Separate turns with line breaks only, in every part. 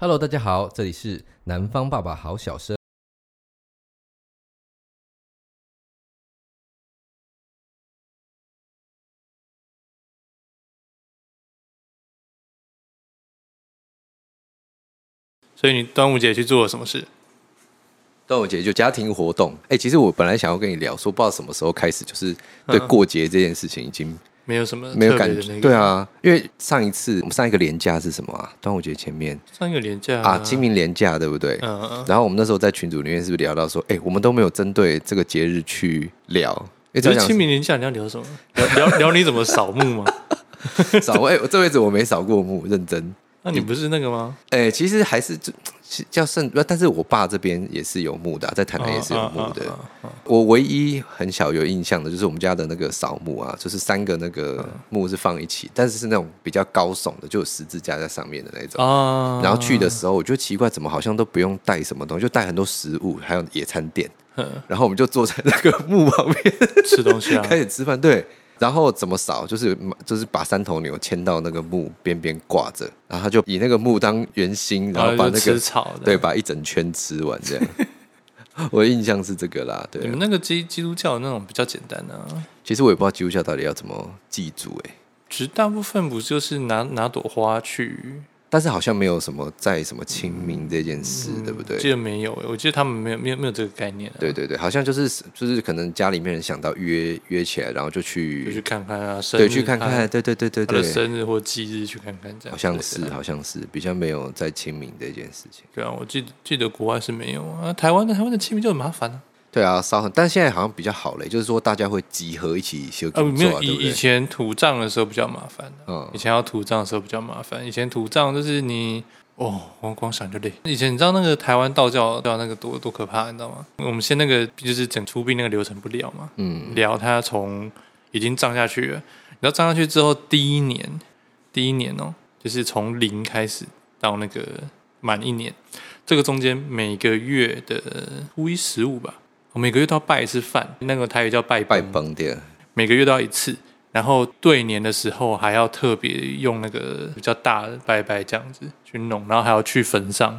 Hello，大家好，这里是南方爸爸好小生。
所以你端午节去做了什么事？
端午节就家庭活动，哎、其实我本来想要跟你聊，说不知道什么时候开始，就是对过节这件事情已经
没有什么
没有
嗯特别
感
的
觉。
那个，
对，啊，因为上一次我们上一个连假是什么啊？端午节前面
上一个年假
啊，清明连假对不对？
嗯嗯，
然后我们那时候在群组里面是不是聊到说，哎、我们都没有针对这个节日去聊，因为
就
这
是
样
清明年假你要聊什么？聊 聊聊你怎么扫墓吗？
扫，哎、我这辈子我没扫过墓，认真。
那你不是那个吗？
哎、其实还是就是叫圣，但是我爸这边也是有墓的啊、在台南也是有墓的。
啊啊啊啊
我唯一很小有印象的就是我们家的那个扫墓啊，就是三个那个
嗯
墓是放一起，但是是那种比较高耸的，就有十字架在上面的那种。
啊
然后去的时候，我就奇怪，怎么好像都不用带什么东西，就带很多食物，还有野餐垫。
嗯
然后我们就坐在那个墓旁边，，
吃东西啊
开始吃饭。对，然后怎么扫，就是就是把三头牛牵到那个木边边挂着，然后他就以那个木当圆心，然后把那
哦就
个
吃草的。
对，把一整圈吃完这样。 我的印象是这个啦，
你
对
们。那个基基督教那种比较简单啊，
其实我也不知道基督教到底要怎么记住哎、欸
其实大部分不就是拿拿朵花去？
但是好像没有什么在什么清明这件事，对不对
记？得没有欸？我记得他们没有没有没有这个概念啊。
对对对，好像就是就是可能家里面人想到约约起来，然后就
就去
去
看看啊，生日
对去看看，对对对对
他的
对，
生日或忌日去看看，这样
好像
对
是
啊
好像是比较没有在清明这件事情。
对啊，我记得记得国外是没有啊，台湾的台湾的清明就很麻烦啊。
对啊，烧很，但现在好像比较好嘞，就是说大家会集合一起修
呃，
工
没
作
有
啊，对
以
不
以
对？
前土葬的时候比较麻烦、
嗯
以前要土葬的时候比较麻烦。以前土葬就是你哦，光光想就累。以前你知道那个台湾道教道教那个多多可怕，你知道吗？我们先那个就是整出殡那个流程不了嘛，
嗯，
聊他从已经葬下去了，你知道葬下去之后第一年，第一年哦，就是从零开始到那个满一年，这个中间每个月的初一十五吧，我每个月都要拜一次饭，那个台语叫拜
拜
崩
崩的，
每个月都要一次，然后对年的时候还要特别用那个比较大的拜拜这样子去弄，然后还要去坟上，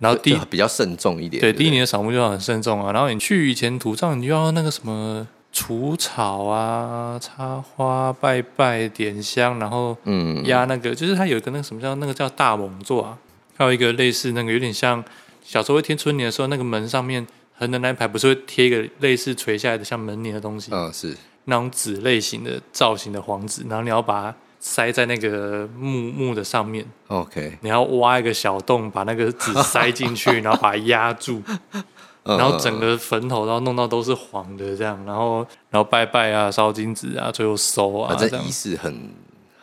然后哦第
就比较慎重一点。
对
对，
第一，年的扫墓就要很慎重啊，然后你去以前土葬你就要那个什么除草啊、插花、拜拜、点香，然后
嗯，
压那个，就是它有一个那个什么叫那个叫大猛座啊，还有一个类似那个有点像小时候会贴春联的时候，那个门上面横的那一排不是会贴一个类似垂下来的像门帘的东西，
嗯，是
那种纸类型的造型的黄纸，然后你要把它塞在那个木木的上面，
OK，
你要挖一个小洞，把那个纸塞 进去，然后把它压住，
嗯
然后整个坟头然后弄到都是黄的这样，然后然后拜拜啊，烧金纸啊，最后收啊，
反
这样
正仪式很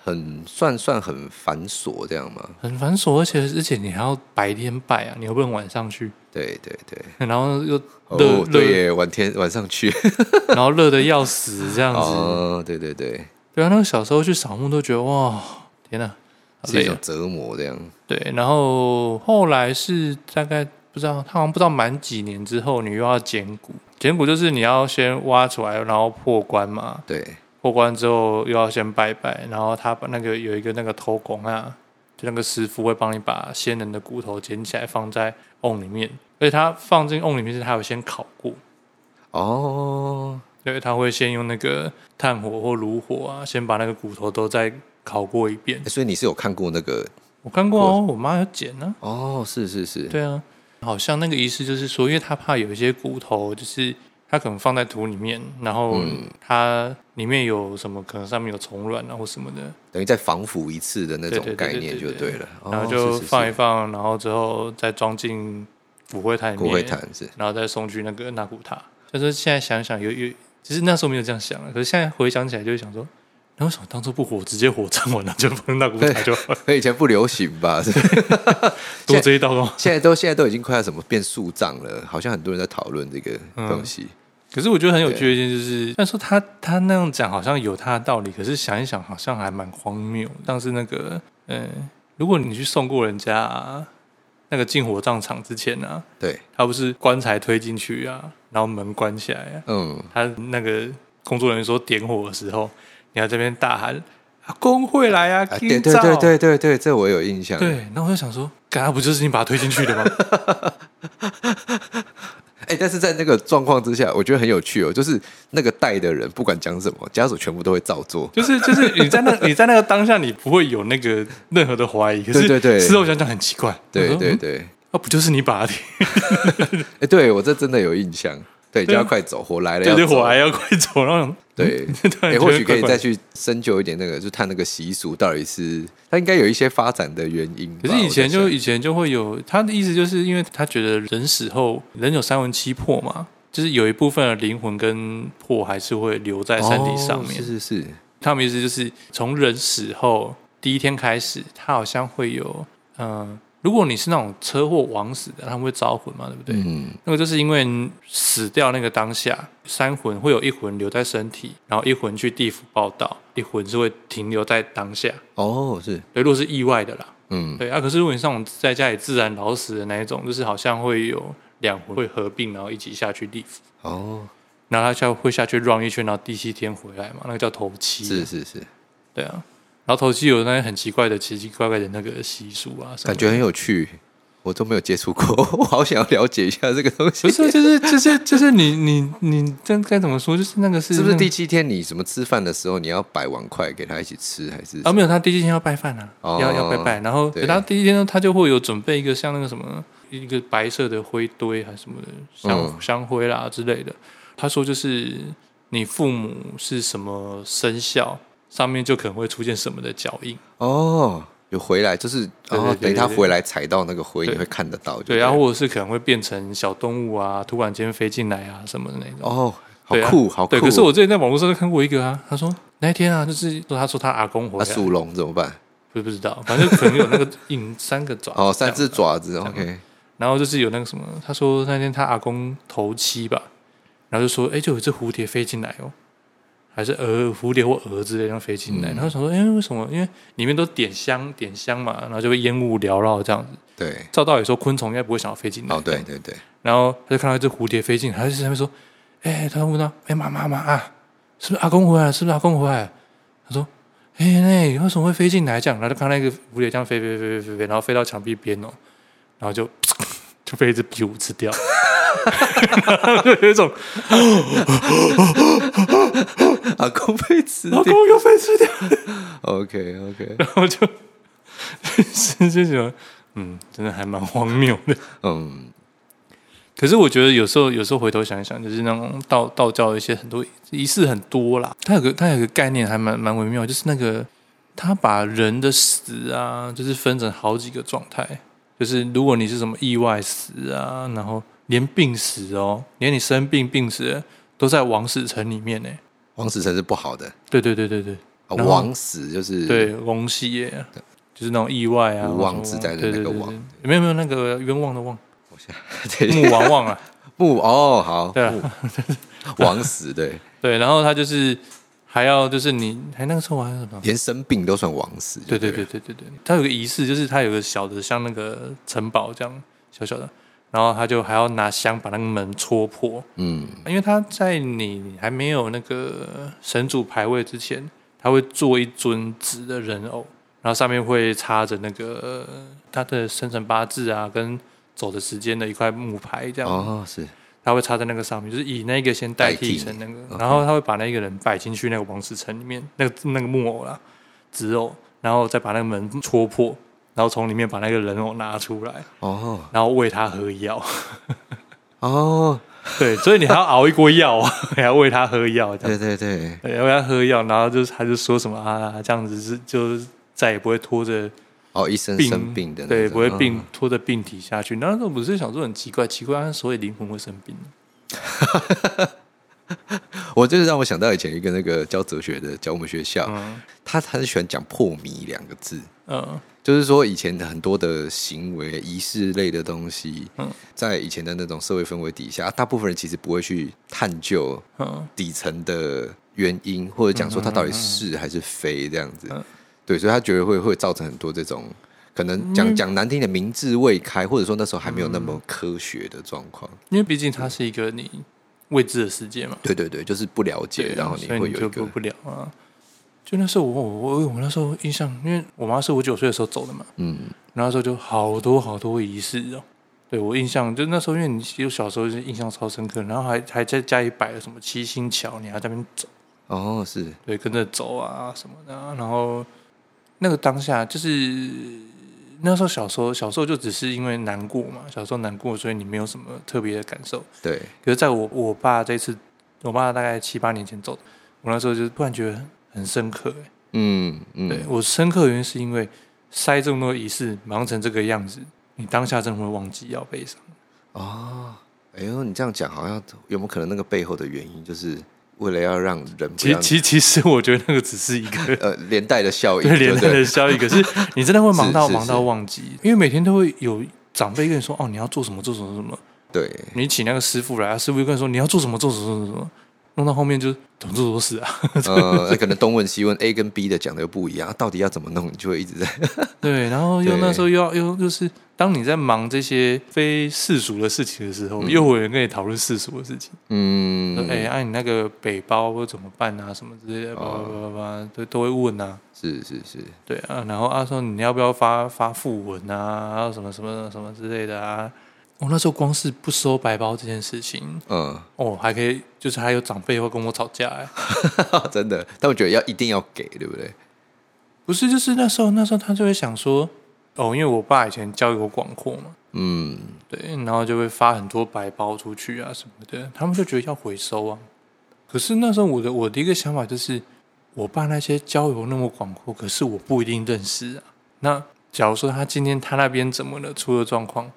很算算很繁琐，这样嘛。
很繁琐，而且而且你还要白天拜啊，你又不能晚上去，
对对对，
然后又 热
哦，对
热，
耶，晚天晚上 去，
然后热的要死这样 子，
哦，对对对，
对啊，那个小时候去扫墓都觉得哇，天哪、好
是哦
累
一
啊
种折磨这样。
对，然后后来是大概不知道，他好像不知道满几年之后，你又要捡骨。捡骨就是你要先挖出来，然后破棺嘛，
对，
破棺之后又要先拜拜，然后他把那个有一个那个头拱啊，就那个师傅会帮你把先人的骨头捡起来放在瓮里面，而且他放进瓮里面是他有先烤过，
哦，
对，他会先用那个炭火或炉火啊，先把那个骨头都再烤过一遍
哎。所以你是有看过那个？
我看过哦，我妈有捡啊。
哦，是是是，
对啊，好像那个仪式就是说，因为他怕有一些骨头，就是他可能放在土里面，然后
嗯
它里面有什么，可能上面有虫卵啊或什么的，
等于再防腐一次的那
对对
种
对
概
对
念
对
就
对
对了。
然
哦
后就是
是
放一
是
放，然后之后再装进骨灰坛里面，
骨灰坛是。
然后再送去那个纳古塔。就是现在想想有有，其实那时候没有这样想啊，可是现在回想起来就会想说，那为什么当初不火直接火葬完了就放纳古塔 就好了，
可以前不流行吧？ 是
多这一道哦。
现在都现在都已经快要什么变树葬了，好像很多人在讨论这个
嗯
东西。
可是我觉得很有趣的一件就是，虽然说他他那样讲好像有他的道理，可是想一想好像还蛮荒谬。像是那个，呃，如果你去送过人家、那个进火葬场之前啊，
对，
他不是棺材推进去啊，然后门关起来啊，
嗯，
他那个工作人员说点火的时候，你要这边大喊工会来啊，
啊，对
紧
对
照
对对对对，这我有印象。
对，那我就想说，刚刚不就是你把他推进去的吗？
哎，但是在那个状况之下，我觉得很有趣哦，就是那个带的人不管讲什么，家属全部都会照做。
就是就是你在那你在那个当下，你不会有那个任何的怀疑，可是
对对对
事后想想很奇怪，我
对
说
对
嗯
对，
那不就是你把他推，
哎，对我这真的有印象。对，就要快走，火来了
对
要
对，
走
我还要快走，然后想
对，也
然觉得
或许可以
怪怪
再
的
去深究一点那个，就探那个习俗到底是它应该有一些发展的原因吧。
可是以前
我
就
在想
以前就会有他的意思，就是因为他觉得人死后人有三魂七魄嘛，就是有一部分的灵魂跟魄还是会留在身体上面。
哦是是是，
他们意思就是从人死后第一天开始，他好像会有嗯、呃如果你是那种车祸枉死的，他们会招魂嘛，对不对？
嗯，
那个就是因为死掉那个当下，三魂会有一魂留在身体，然后一魂去地府报道，一魂是会停留在当下。
哦是，
对，如果是意外的啦，
嗯，
对啊，可是如果你像我们在家里自然老死的那一种，就是好像会有两魂会合并，然后一起下去立府，
哦
然后他就会下去 run 一圈，然后第七天回来嘛，那个叫头七。
是，是是，
对啊。然后头七有那些很奇怪的、奇奇怪怪的那个习俗啊，什么的
感觉很有趣，我都没有接触过， 我好想要了解一下这个东西
不。是，就是就是就是你你你这该怎么说？就是那个是嗯
是不是
那个
第七天你什么吃饭的时候你要摆碗筷给他一起吃，还是
啊？没有，他第七天要拜饭啊，
哦
要要拜拜。然后
对
可他第一天呢，他就会有准备一个像那个什么一个白色的灰堆还是什么的香、
嗯
香灰啦之类的。他说就是你父母是什么生肖，上面就可能会出现什么的脚印。
哦有回来就是
对对
哦
对，
等他
对对
回来踩到那个灰
对
你会看得到，
对，
不
然后或者是可能会变成小动物啊，突然间飞进来啊什么的那种。
哦好
对啊
酷好酷，哦
对，可是我之前在网络上就看过一个啊，他说那一天啊，就是说他说他阿公回
那
来，
属龙怎么办？
不不知道，反正可能有那个印三个爪，
哦，三
这样
只爪子，OK，
然后就是有那个什么，他说那天他阿公头七吧，然后就说，哎，就有一只蝴蝶飞进来哦，还是鹅蝴蝶或鹅之类的飞进来，
嗯
然后想说，哎，为什么？因为里面都点香点香嘛，然后就被烟雾缭绕这样子。
对，
照道理说，昆虫应该不会想要飞进来。
哦对对 对，
然后他就看到一只蝴蝶飞进来，他就在那边说：“哎、他问他，哎、妈妈妈啊，是不是阿公回来了？是不是阿公回来了？”他说：“哎、那为什么会飞进来？”这样，然后就看那个蝴蝶这样飞飞飞飞飞飞，然后飞到墙壁边哦，然后就 就被一只壁虎吃掉， 就有一种啊
阿公被吃
阿
掉
公又被吃掉，
，OK OK，
然后就是就觉得嗯，真的还蛮荒谬的。
嗯，
可是我觉得有时候，有时候回头想一想，就是那种道道教的一些很多仪式很多啦。它有个它有个概念还蛮蛮微妙，就是那个他把人的死啊，就是分成好几个状态，就是如果你是什么意外死啊，然后连病死哦，连你生病病死了都在王死城里面呢。
王死城是不好的，
对对对对对
啊
然后
王死就是
对，王系耶，就是那种意外啊，
无妄之灾的
对
那个，
对对
妄
对对没有没有那个冤枉的枉，
对
木王忘了。
木哦好，
对啊
木王死对，
对，然后他就是还要就是你哎还那个时候我还有什么？
连生病都算王死，
对对
不
对，对对对，他有个仪式，就是他有个小的像那个城堡这样小小的，然后他就还要拿香把那个门戳破，
嗯，
因为他在你还没有那个神主牌位之前，他会做一尊纸的人偶，然后上面会插着那个呃他的生辰八字啊跟走的时间的一块木牌这样子。
哦是
他会插在那个上面，就是以那个先代替成
代
那
替
个，然后他会把那个人摆进去那个王子城里面，那个那个木偶啦，纸偶，然后再把那个门戳破，然后从里面把那个人偶拿出来，
哦
然后喂他喝药。
哦，
对，所以你还要熬一锅药 啊，还要喂他喝药，这样
对对对，
对，喂他喝药，然后就是他就说什么啊，这样子是就是再也不会拖着
哦一生
病
生病的那种，
对，不会
嗯
病，拖着病体下去。然后我是想说很奇怪，奇怪，啊所以灵魂会生病。
我就是让我想到以前一个那个教哲学的教我们学校，他他很喜欢讲破迷两个字，
嗯
就是说，以前的很多的行为、仪式类的东西，
嗯
在以前的那种社会氛围底下，大部分人其实不会去探究
嗯，
底层的原因，或者讲说它到底是还是非这样子。
嗯
对，所以他觉得会会造成很多这种可能讲
嗯
讲难听的明智未开，或者说那时候还没有那么科学的状况。
因为毕竟它是一个你未知的世界嘛。
对对对，就是不了解，
对啊
然后你
所以
会有
就
一
不
个
不了啊。就那时候我我我我那时候印象，因为我妈是我九岁的时候走的嘛，
嗯，
然后那时候就好多好多仪式哦。对我印象就那时候，因为你有小时候就印象超深刻，然后还还在家里摆了什么七星桥，你还在那边走，
哦，是，
对，跟着走啊什么的啊、然后那个当下就是那时候小时候小时候就只是因为难过嘛，小时候难过，所以你没有什么特别的感受。
对，
可是在我我爸这次，我爸大概七八年前走的，我那时候就突然觉得很深刻、欸
嗯嗯，
对我深刻的原因是因为塞这么多仪式，忙成这个样子，你当下真的会忘记要悲伤。
哦，哎呦，你这样讲好像有没有可能那个背后的原因，就是为了要让人不
其
要
实，其实，其实我觉得那个只是一 个
呃连带的效应，
对连
不
带的效益，可是你真的会忙到
是是
忙到忘记，因为每天都会有长辈跟你说：“哦，你要做什么，做什么，做什么。
对，”
你请那个师傅来，啊师傅就跟你说：“你要做什么，做什么，做什么。”弄到后面就是怎么做都是啊，
呃，那可能东问西问，A 跟 B 的讲的又不一样，啊到底要怎么弄，你就会一直在，
对，然后又
对
那时候又要又就是，当你在忙这些非世俗的事情的时候，又有人跟你讨论世俗的事情，说
嗯，
哎，按、你那个北包或怎么办啊，什么之类的，叭叭叭叭叭，都都会问啊，
是是是，
对啊，然后啊说你要不要发发副文啊，然后什么什么什么之类的啊。我、那时候光是不收白包这件事情，
嗯，
哦，还可以，就是还有长辈会跟我吵架、哎，
真的，但我觉得要一定要给，对不对？
不是，就是那时候那时候他就会想说，哦，因为我爸以前教育我广阔嘛，
嗯，
对，然后就会发很多白包出去啊什么的，他们就觉得要回收啊。可是那时候我的我的一个想法就是，我爸那些交友那么广阔，可是我不一定认识啊。那假如说他今天他那边怎么了，出了状况，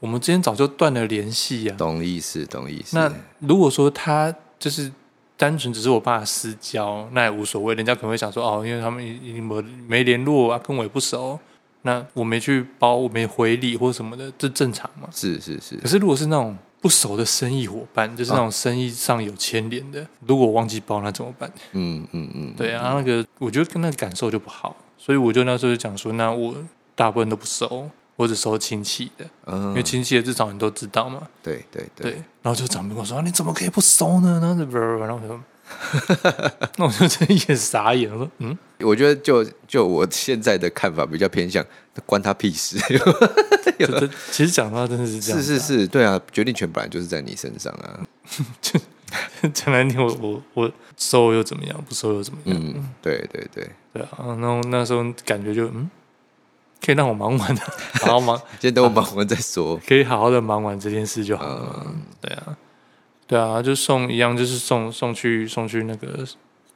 我们之间早就断了联系啊。
懂意思，懂意思。
那如果说他就是单纯只是我爸的私交，那也无所谓，人家可能会想说哦，因为他们已经没没联络啊，跟我也不熟，那我没去包，我没回礼或什么的，这正常嘛。
是是是
可，是如果是那种不熟的生意伙伴，就是那种生意上有牵连的，如果我忘记包，那怎么办？
嗯嗯嗯，
对啊，那个我觉得跟那个感受就不好，所以我就那时候就讲说，那我大部分都不收，我只收亲戚的，因为
嗯，
亲戚的至少你都知道嘛。
对对
对
对，，
然后就长辈跟我说、啊你怎么可以不收呢？然后就不 不不，然后我就，那我就真的也傻眼，我说嗯，
我觉得就就我现在的看法比较偏向，关他屁事。
这这其实讲的话真的是这样
是
子
是
啊，
是，对啊，决定权本来就是在你身上啊。
讲难听，我我我收又怎么样，不收又怎么样？
嗯，对对对，
对啊，然后那时候感觉就嗯，可以让我忙完的，啊好好忙，
先等我忙完再说。
可以好好的忙完这件事就好了嘛。对啊，对啊，就送一样，就是送送去送去那个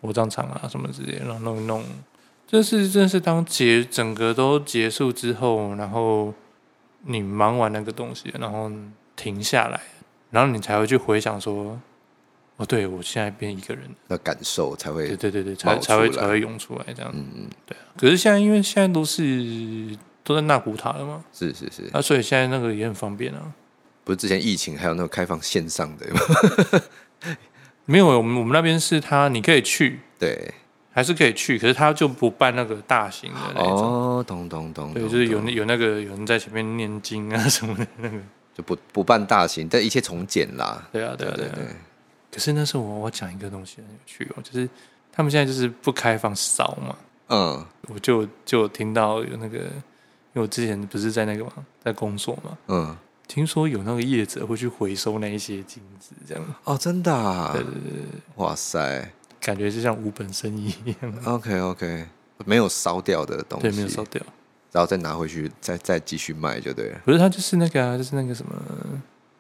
火葬场啊什么之类的，然后弄一弄。这是这是当结整个都结束之后，然后你忙完那个东西，然后停下来，然后你才会去回想说，哦，对我现在变一个人了。
那感受才
对
会，
对对对，才
冒
才会
出来
才会涌出来这样。
嗯，
可是现在因为现在都是都在纳古塔了嘛，
是是是，
啊，所以现在那个也很方便啊。
不是之前疫情还有那个开放线上的，
没有，我们我们那边是他，你可以去，
对，
还是可以去，可是他就不办那个大型的那种。
哦，懂懂懂，
对，
懂
就是有
懂
那有那个有人在前面念经啊什么的那个，
就不不办大型，但一切从简啦。
对啊对啊对
对
啊。
对，
可是那时候我我讲一个东西很有趣哦，就是他们现在就是不开放烧嘛，
嗯，
我就就有听到有那个，因为我之前不是在那个嘛，在工作嘛，
嗯，
听说有那个业者会去回收那一些金子，这样
哦，真的、啊
对，对对对
哇塞
感觉就像无本生意一样，
，OK OK，没有烧掉的东西，
对，没有烧掉。
然后再拿回去，再再继续卖就对了。
不是，他就是那个啊，就是那个什么，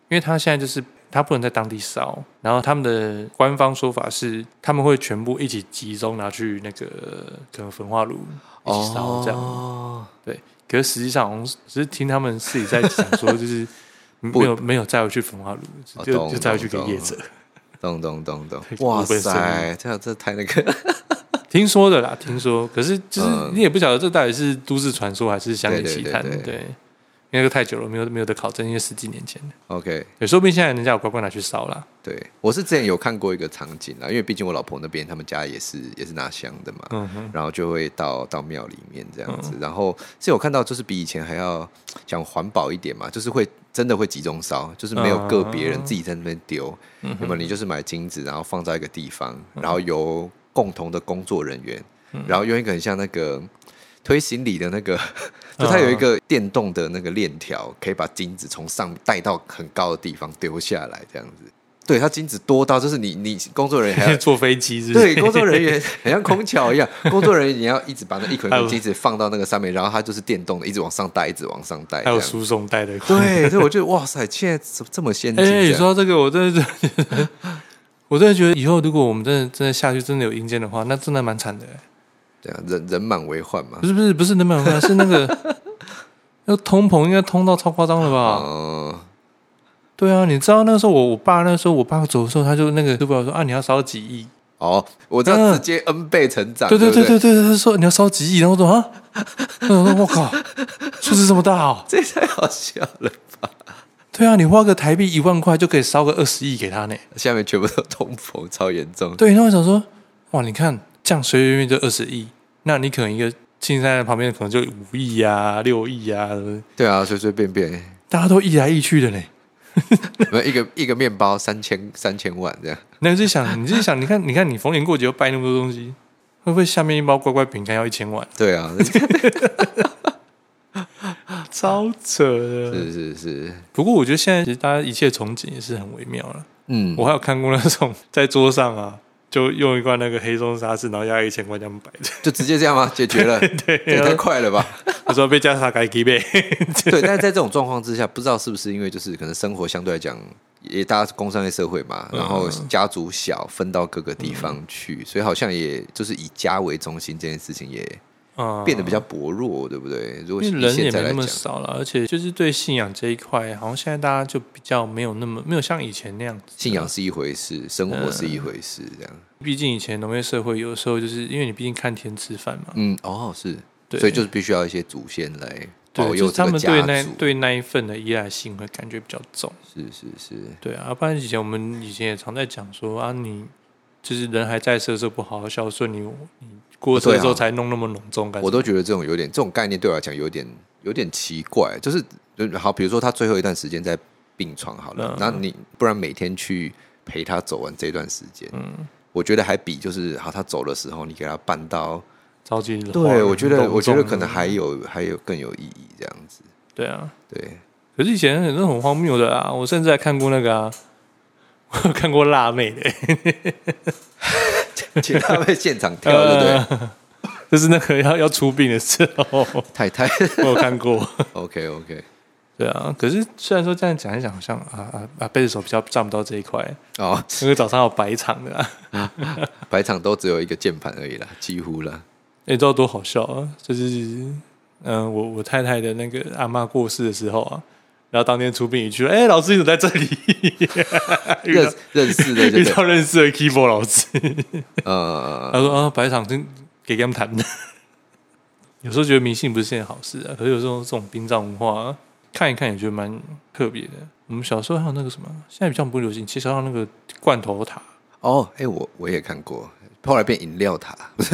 因为他现在就是他不能在当地烧，然后他们的官方说法是他们会全部一起集中拿去那个可能焚化炉一起烧这样。
哦，
可是实际上，好像是只是听他们自己在讲说，就是没有没有再回去焚化炉，
哦
就
懂
就再回去给
懂
业
懂
者。
懂懂懂懂，
对
哇
无本生
塞，这样这太那个，
听说的啦，听说。可是就是
嗯
你也不晓得这到底是都市传说还是乡野
对对
奇谈，
对对
对，因为那个太久了，没有没有得考证，因为十几年前的，
OK，
对，说不定现在人家有乖乖拿去烧啦。
对我是之前有看过一个场景啦，因为毕竟我老婆那边他们家也是也是拿香的嘛，
嗯哼，嗯
然后就会到到庙里面这样子，然后是有看到就是比以前还要讲环保一点嘛，就是会真的会集中烧，就是没有个别
嗯
人自己在那边丢，
嗯
那么、你就是买金子，然后放在一个地方，然后由共同的工作人员然后用一个很像那个推行李的那 个，就它
嗯
有一个电动的那个链条，可以把金子从上带到很高的地方丢下来，这样子。对，它金子多到就是你你工作人员还要。
坐飞机 是不是
对，工作人员很像空桥一 样，工作人员你要一直把那一捆一捆金子放到那个上面，然后它就是电动的，一直往上带，一直往上带。
还有
这样
输送带的。
对，所以我觉得哇塞，现在怎么这么先
哎、
进？这
你
样
说到这个，我真的是， 我真的觉得以后如果我们真的真的下去，真的有阴间的话，那真的蛮惨的、欸。
对啊，人人满为患嘛
不。是不是不是那么 快，是那个那个通膨应该通到超夸张了吧？啊
哦，
对啊，你知道那个时候我我爸那时候我爸走的时候，他就那个就跟我说啊，你要烧几亿？
哦，我知
嗯
道直接 N 倍成长，
对
对
对
不
对对对对，他说你要烧几亿，然后我说啊， 我想说我靠，数字这么大哦。
这也太好笑了。
对啊，你花个台币一万块就可以烧个二十亿给他呢。
下面全部都通膨，超严重。
对，那我想说，哇，你看这样随随便便就二十亿，那你可能一个青山旁边可能就五亿啊、六亿啊，对不对
对啊，随随便 便，
大家都一来一去的呢。
没有一个一个面包三千三千万这样。
那你就想，你就想，你看，你看，你逢年过节又拜那么多东西，会不会下面一包乖乖饼干要一千万？
对啊，
超扯的。
是是是，
不过我觉得现在其实大家一切憧憬也是很微妙了。
嗯，
我还有看过那种在桌上啊， 就用一罐那个黑松沙士，然后压一千块这样摆着，
就直接这样吗？解决了，
对啊
这也太快了吧？
他说被加沙改给呗。
对，但是在这种状况之下，不知道是不是因为就是可能生活相对来讲，也大家是工商业社会嘛，
嗯
然后家族小，分到各个地方去，所以好像也就是以家为中心这件事情也
啊
变得比较薄弱，对不对？如果
因为
以
人也
现在
没
来
那么
讲，
少了，而且就是对信仰这一块，好像现在大家就比较没有那么没有像以前那样子。
信仰是一回事，生活是一回事，这样。
毕竟以前农业社会有时候就是因为你毕竟看天吃饭嘛，
嗯，哦，是，
对
所以就是必须要一些祖先来保
对，就
佑
是
这
他
个
们
家
对
族。
那对那一份的依赖性会感觉比较重。
是是是，
对啊，不然以前我们以前也常在讲说啊，你就是人还在世的时候不好好孝顺，你你过世的时
对
候
啊
才弄那么浓重感觉。
我都觉得这种有点这种概念对我来讲有点有点奇怪，就是就好，比如说他最后一段时间在病床好了
嗯，
那、你不然每天去陪他走完这段时间，
嗯
我觉得还比就是好他走的时候你给他办到，
超级花
对我觉得
浓
我觉得
重
可
的
能还有还有更有意义这样子，
对啊，
对，
可是以前很那种很荒谬的啊，我甚至还看过那个啊，我有看过辣妹的、
请他们现场跳，
嗯
对不对？
就是那个要要出殡的时候，
太太
我有看过。
，OK OK，
对啊，可是虽然说这样讲一讲，好像啊啊啊，贝斯手比较占不到这一块，
哦，
因为早上有白场的、啊，
白场都只有一个键盘而已啦，几乎啦。
你知道多好笑啊？就是嗯、我我太太的那个阿妈过世的时候啊，然后当天出殡仪去了，哎、老师你怎么在这里？ 遇到
认认识的
遇
这
到
个，
认识的 keyboard 老师，
呃，
他说啊，白场真给他们谈的。 有时候觉得迷信不是件好事啊，可是有时候这种殡葬文化、啊看一看也觉得蛮特别的。我们小时候还有那个什么，现在比较不流行，其实还有那个罐头塔、
哦，哎，我我也看过，后来变饮料塔， 对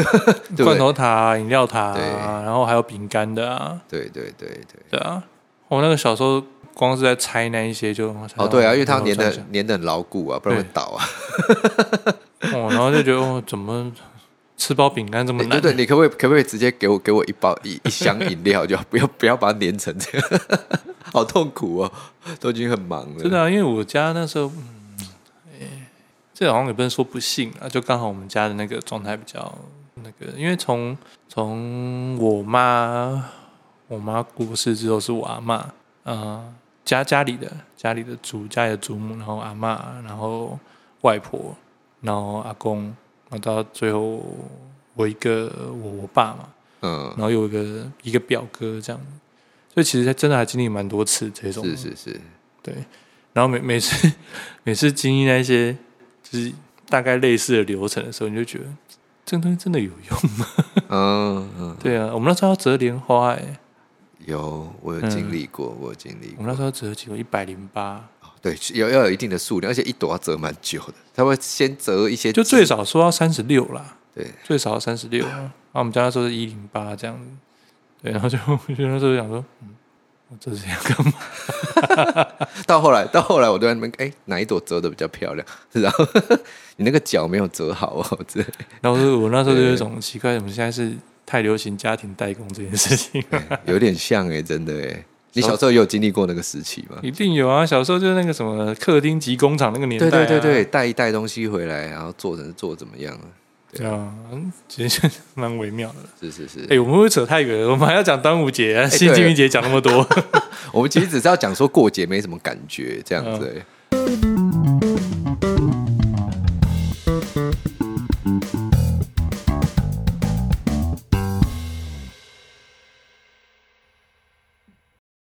不
罐
对？
头塔啊、饮料塔啊、
对
然后还有饼干的啊，
对对对对，
对啊。我那个小时候光是在拆那一些就
哦对啊，因为它粘
年代
的，粘的很牢固啊，不然会倒啊。
哦，然后就觉得哦，怎么吃包饼干这么
你
难
对？对，你可不可以可不可以直接给我给我一包一一 箱饮料就好，不要不要把它粘成这样， 好痛苦哦，都已经很忙了。
真的、啊，因为我家那时候，嗯，哎这好像也不能说不幸啊，就刚好我们家的那个状态比较那个，因为从从我妈我妈过世之后是我阿妈，呃，家家里的家里的祖家里的祖母，然后阿妈，然后外婆，然后阿公，然后到最后我一个我我爸嘛，
嗯，
然后有一个一个表哥这样，所以其实真的还经历蛮多次这种
是是是，
对，然后每每次每次经历那些就是大概类似的流程的时候，你就觉得这个东西真的有用。
嗯嗯，
对啊，我们那时候要折莲花、欸，
有我有经历过，
嗯
我有经历
我
过
们。那时候要折几个一百零八，
对，有要有一定的数量，而且一朵要折蛮久的，它会先折一些枝，
就最少说要三十六啦，
对，
最少三十 六啊。然后我们家那时候是一零八这样子，对，然后就我就那时候就想说，嗯，这是要干嘛？
到后来，到后来，我都在那边，哎、哪一朵折的比较漂亮？ 然后你那个脚没有折好哦， 之类
然后我那时候就有一种奇怪，我们现在是太流行家庭代工这件事情，啊
的有点像哎、真的哎、你小时候也有经历过那个时期吗？
一定有啊。小时候就是那个什么客厅及工厂那个年代、
对
啊，
对对对，带一带东西回来，然后做成做怎么样啊？
对啊，嗯其实是蛮微妙的。
是是是，
哎、我们会不会扯太远了，我们还要讲端午节、啊、新
对
清明节，讲那么多。嗯
我们其实只是要讲说过节没什么感觉这样子、哎